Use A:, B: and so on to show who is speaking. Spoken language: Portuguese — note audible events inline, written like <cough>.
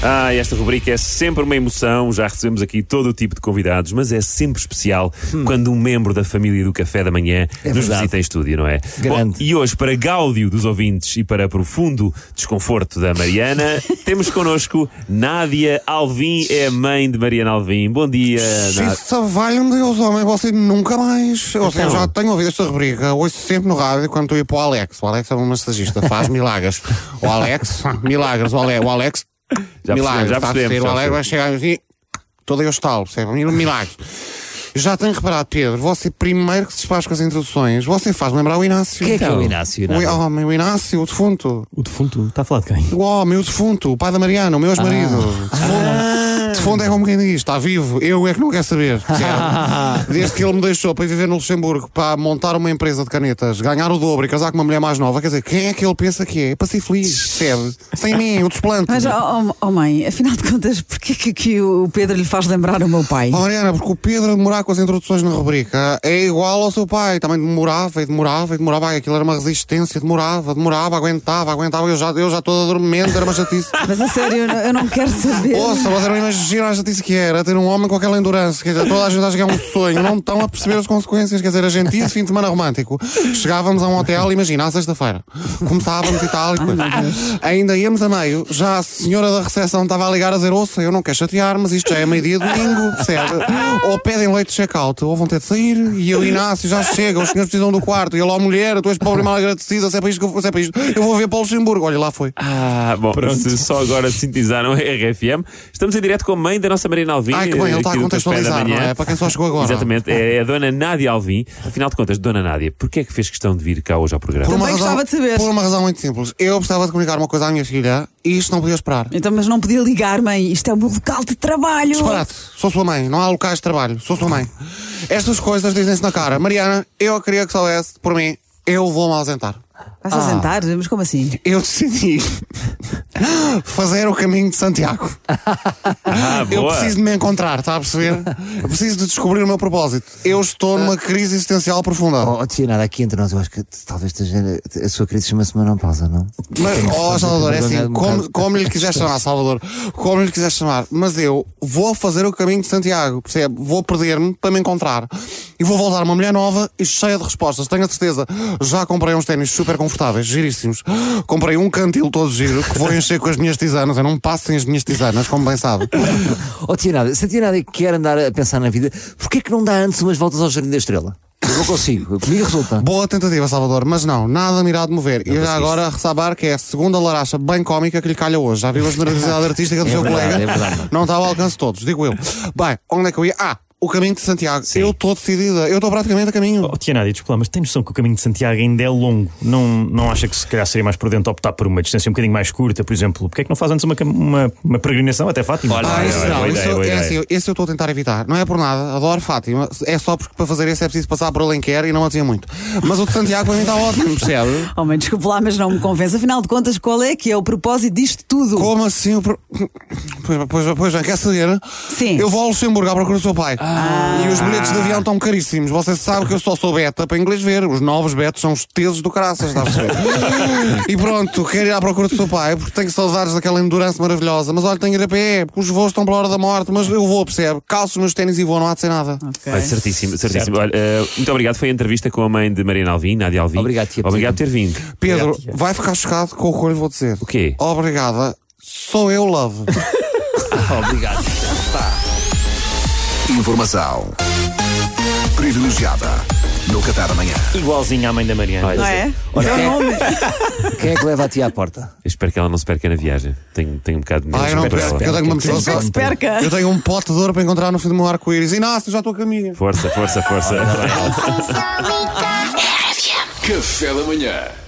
A: Ah, esta rubrica é sempre uma emoção. Já recebemos aqui todo o tipo de convidados, mas é sempre especial quando um membro da família do Café da Manhã nos
B: Hum. É verdade.
A: visita em estúdio, não é?
B: Grande.
A: e hoje, para gáudio dos ouvintes e para profundo desconforto da
B: <laughs>
A: Mariana, temos connosco Nádia Alvim, é a mãe de Mariana Alvim. Bom dia, Nádia.
C: Isso só valha-me Deus, homem, você nunca mais.
A: Então.
C: Ou seja, eu já tenho ouvido esta rubrica, ouço sempre no rádio quando eu ia para o Alex. O Alex é um massagista,
A: <laughs>
C: faz milagres. O Alex, <laughs> milagres. O Ale- o Alex,
A: Já percebemos,
C: milagres.
A: já
C: está a
A: percebemos,
C: ser.
A: já
C: O Alex vai chegar assim, todo eu estalo, percebe? Mil- Milagres. Já tenho reparado, Pedro, você primeiro que se faz com as introduções, você faz lembrar o Inácio. Então.
B: Quem é que é o Inácio?
C: O i-
B: Inácio?
C: homem, o oh, Inácio, o defunto.
D: O defunto? Está a falar de quem? Ah.
C: O homem, o defunto, o pai da Mariana, o meu ex-marido. Defunto. Defunto é como quem diz, está vivo, eu é que não quero saber.
D: <laughs>
C: percebe? Desde que ele me deixou para ir viver no Luxemburgo, para montar uma empresa de canetas, ganhar o dobro e casar com uma mulher mais nova, quer dizer, quem é que ele pensa que é? Para ser feliz, percebe? Sem mim, o desplante.
E: Mas, oh, oh, mãe, afinal de contas, porquê que, que o Pedro lhe faz lembrar o meu pai?
C: Oh, Mariana, porque o Pedro demorar com as introduções na rubrica é igual ao seu pai. Também demorava e demorava e demorava. Aquilo era uma resistência, demorava, demorava, aguentava, aguentava. Eu já, eu já toda dormente, era uma chatice.
E: Mas a sério, eu não, eu não quero saber.
C: Ouça, mas era uma imagina, já disse que era ter um homem com aquela endurance. Quer dizer, toda a gente acha que é um sonho, não estão a perceber as consequências. Quer dizer, a gente ia de fim de semana romântico. Chegávamos a um hotel, imagina, à sexta-feira. Começávamos e tal. E coisa. Ainda íamos a meio, já a senhora da recepção estava a ligar a dizer: Ouça, eu não quero chatear, mas isto já é meio-dia de domingo, percebe? Ou pedem leite de check-out, ou vão ter de sair. E eu, Inácio, já chega, os senhores precisam do quarto. E eu, lá, mulher, tu és pobre e mal agradecida, se é para isto que eu vou, se é para isto, eu vou ver para o Luxemburgo. Olha, lá foi.
A: Ah, bom, se só agora sintetizaram <laughs> a RFM, estamos em direto com a mãe da nossa Mariana Alvim.
C: Ai, que bem, ele está a
A: aqui do Café da
C: contextualizar,
A: Manhã.
C: não é? Para quem só chegou agora.
A: Exatamente, é a dona Nádia Alvim. Afinal de contas, dona Nádia, porquê é que fez questão de vir cá hoje ao programa?
E: Também gostava de saber.
C: Por uma razão muito simples. Eu gostava de comunicar uma coisa à minha filha e isto não podia esperar.
E: Então, mas não podia ligar, mãe. Isto é o meu local de trabalho.
C: Disparate. Sou sua mãe. Não há locais de trabalho. Sou sua mãe. Estas coisas dizem-se na cara. Mariana, eu queria que soubesse, por mim, eu vou-me ausentar.
E: Vais
C: Ah.
E: a sentar? Mas como assim?
C: Eu decidi <laughs> fazer o caminho de Santiago.
A: Ah,
C: Eu
A: boa.
C: preciso de me encontrar, está a perceber? Eu preciso de descobrir o meu propósito. Eu estou numa crise existencial profunda.
B: Oh, tia Nada, aqui entre nós, eu acho que talvez esteja- a sua crise chama-se menopausa, não?
C: Mas, oh, Salvador, é
B: É
C: assim,
B: um
C: como,
B: bocado-
C: como lhe quiser chamar, Salvador, como lhe quiser chamar, mas eu vou fazer o caminho de Santiago, percebe? Vou perder-me para me encontrar. E vou voltar uma mulher nova e cheia de respostas, tenho a certeza. Já comprei uns ténis super confortáveis, giríssimos. Comprei um cantil todo giro que vou encher com as minhas tisanas. Eu não passo sem as minhas tisanas, como bem sabe.
B: Oh, tia Nada, se a tia Nada quer andar a pensar na vida, porquê que não dá antes umas voltas ao Jardim da Estrela? Eu não consigo, comigo resulta.
C: Boa tentativa, Salvador, mas não, nada me irá de mover. E eu já agora ressabar que é a segunda laracha bem cómica que lhe calha hoje. Já viu a generosidade artística do
B: É
C: seu
B: verdade,
C: colega?
B: é verdade.
C: Não está ao alcance de todos, digo eu. Bem, onde é que eu ia? Ah, o caminho de Santiago. Eu estou decidida, eu estou praticamente a caminho.
D: Oh, tia Nádia, desculpa, lá, mas tem noção que o caminho de Santiago ainda é longo. Não, não acha que se calhar seria mais prudente optar por uma distância um bocadinho mais curta, por exemplo? Porquê é que não faz antes uma, cam- uma, uma peregrinação até Fátima?
A: Olha,
C: Ah,
A: Ah,
C: isso
A: é,
C: não,
A: boa
C: isso
A: ideia, boa
C: é
A: ideia.
C: assim, eu- esse eu estou a tentar evitar. Não é por nada, adoro Fátima. É só porque para fazer isso é preciso passar por Alenquer e não a tinha muito. Mas o de Santiago para mim está
B: <laughs>
C: ótimo, percebe?
E: Oh, mãe, desculpe lá, mas não me convence. Afinal de contas, qual é que é o propósito disto tudo?
C: Como assim? o pro- Pois, pois, pois bem, quer saber?
E: Sim.
C: Eu vou ao Luxemburgo à procura do seu pai. E os bilhetes de avião estão caríssimos. Você sabe que eu só sou beta para inglês ver. Os novos betos são os tesos do caraças, está a perceber? e pronto, quero ir à procura do seu pai porque tenho saudades daquela endurance maravilhosa. Mas olha, tenho que ir a pé, porque os voos estão pela hora da morte. Mas eu vou, percebe? Calço os meus ténis e vou, não há de ser nada.
E: Ok.
A: Olha, certíssimo, certíssimo. Olha, eh, muito obrigado. Foi a entrevista com a mãe de Mariana Alvim, Nádia Alvim.
B: Obrigado, tia
A: Obrigado por ter vindo.
C: Pedro, vai ficar chocado com o que eu lhe vou dizer. O
A: quê?
C: Obrigada. Sou eu, love.
F: Informação privilegiada no Café da Manhã.
D: Igualzinho à mãe da Mariana.
E: Não é?
B: Olha,
E: é o nome.
B: Quem é que leva a tia à porta?
A: Eu espero que ela não se perca na viagem. Tenho, tenho um bocado de medo.
C: Ai, Ah, eu não
A: Espero ela.
C: percebo, porque eu tenho uma
B: Quem é que
C: motivação.
B: leva a tia à porta?
E: Perca.
C: Eu tenho um pote de ouro para encontrar no fim do meu arco-íris. Inácio, já estou a caminho.
A: Força, força, força.
F: Café da Manhã.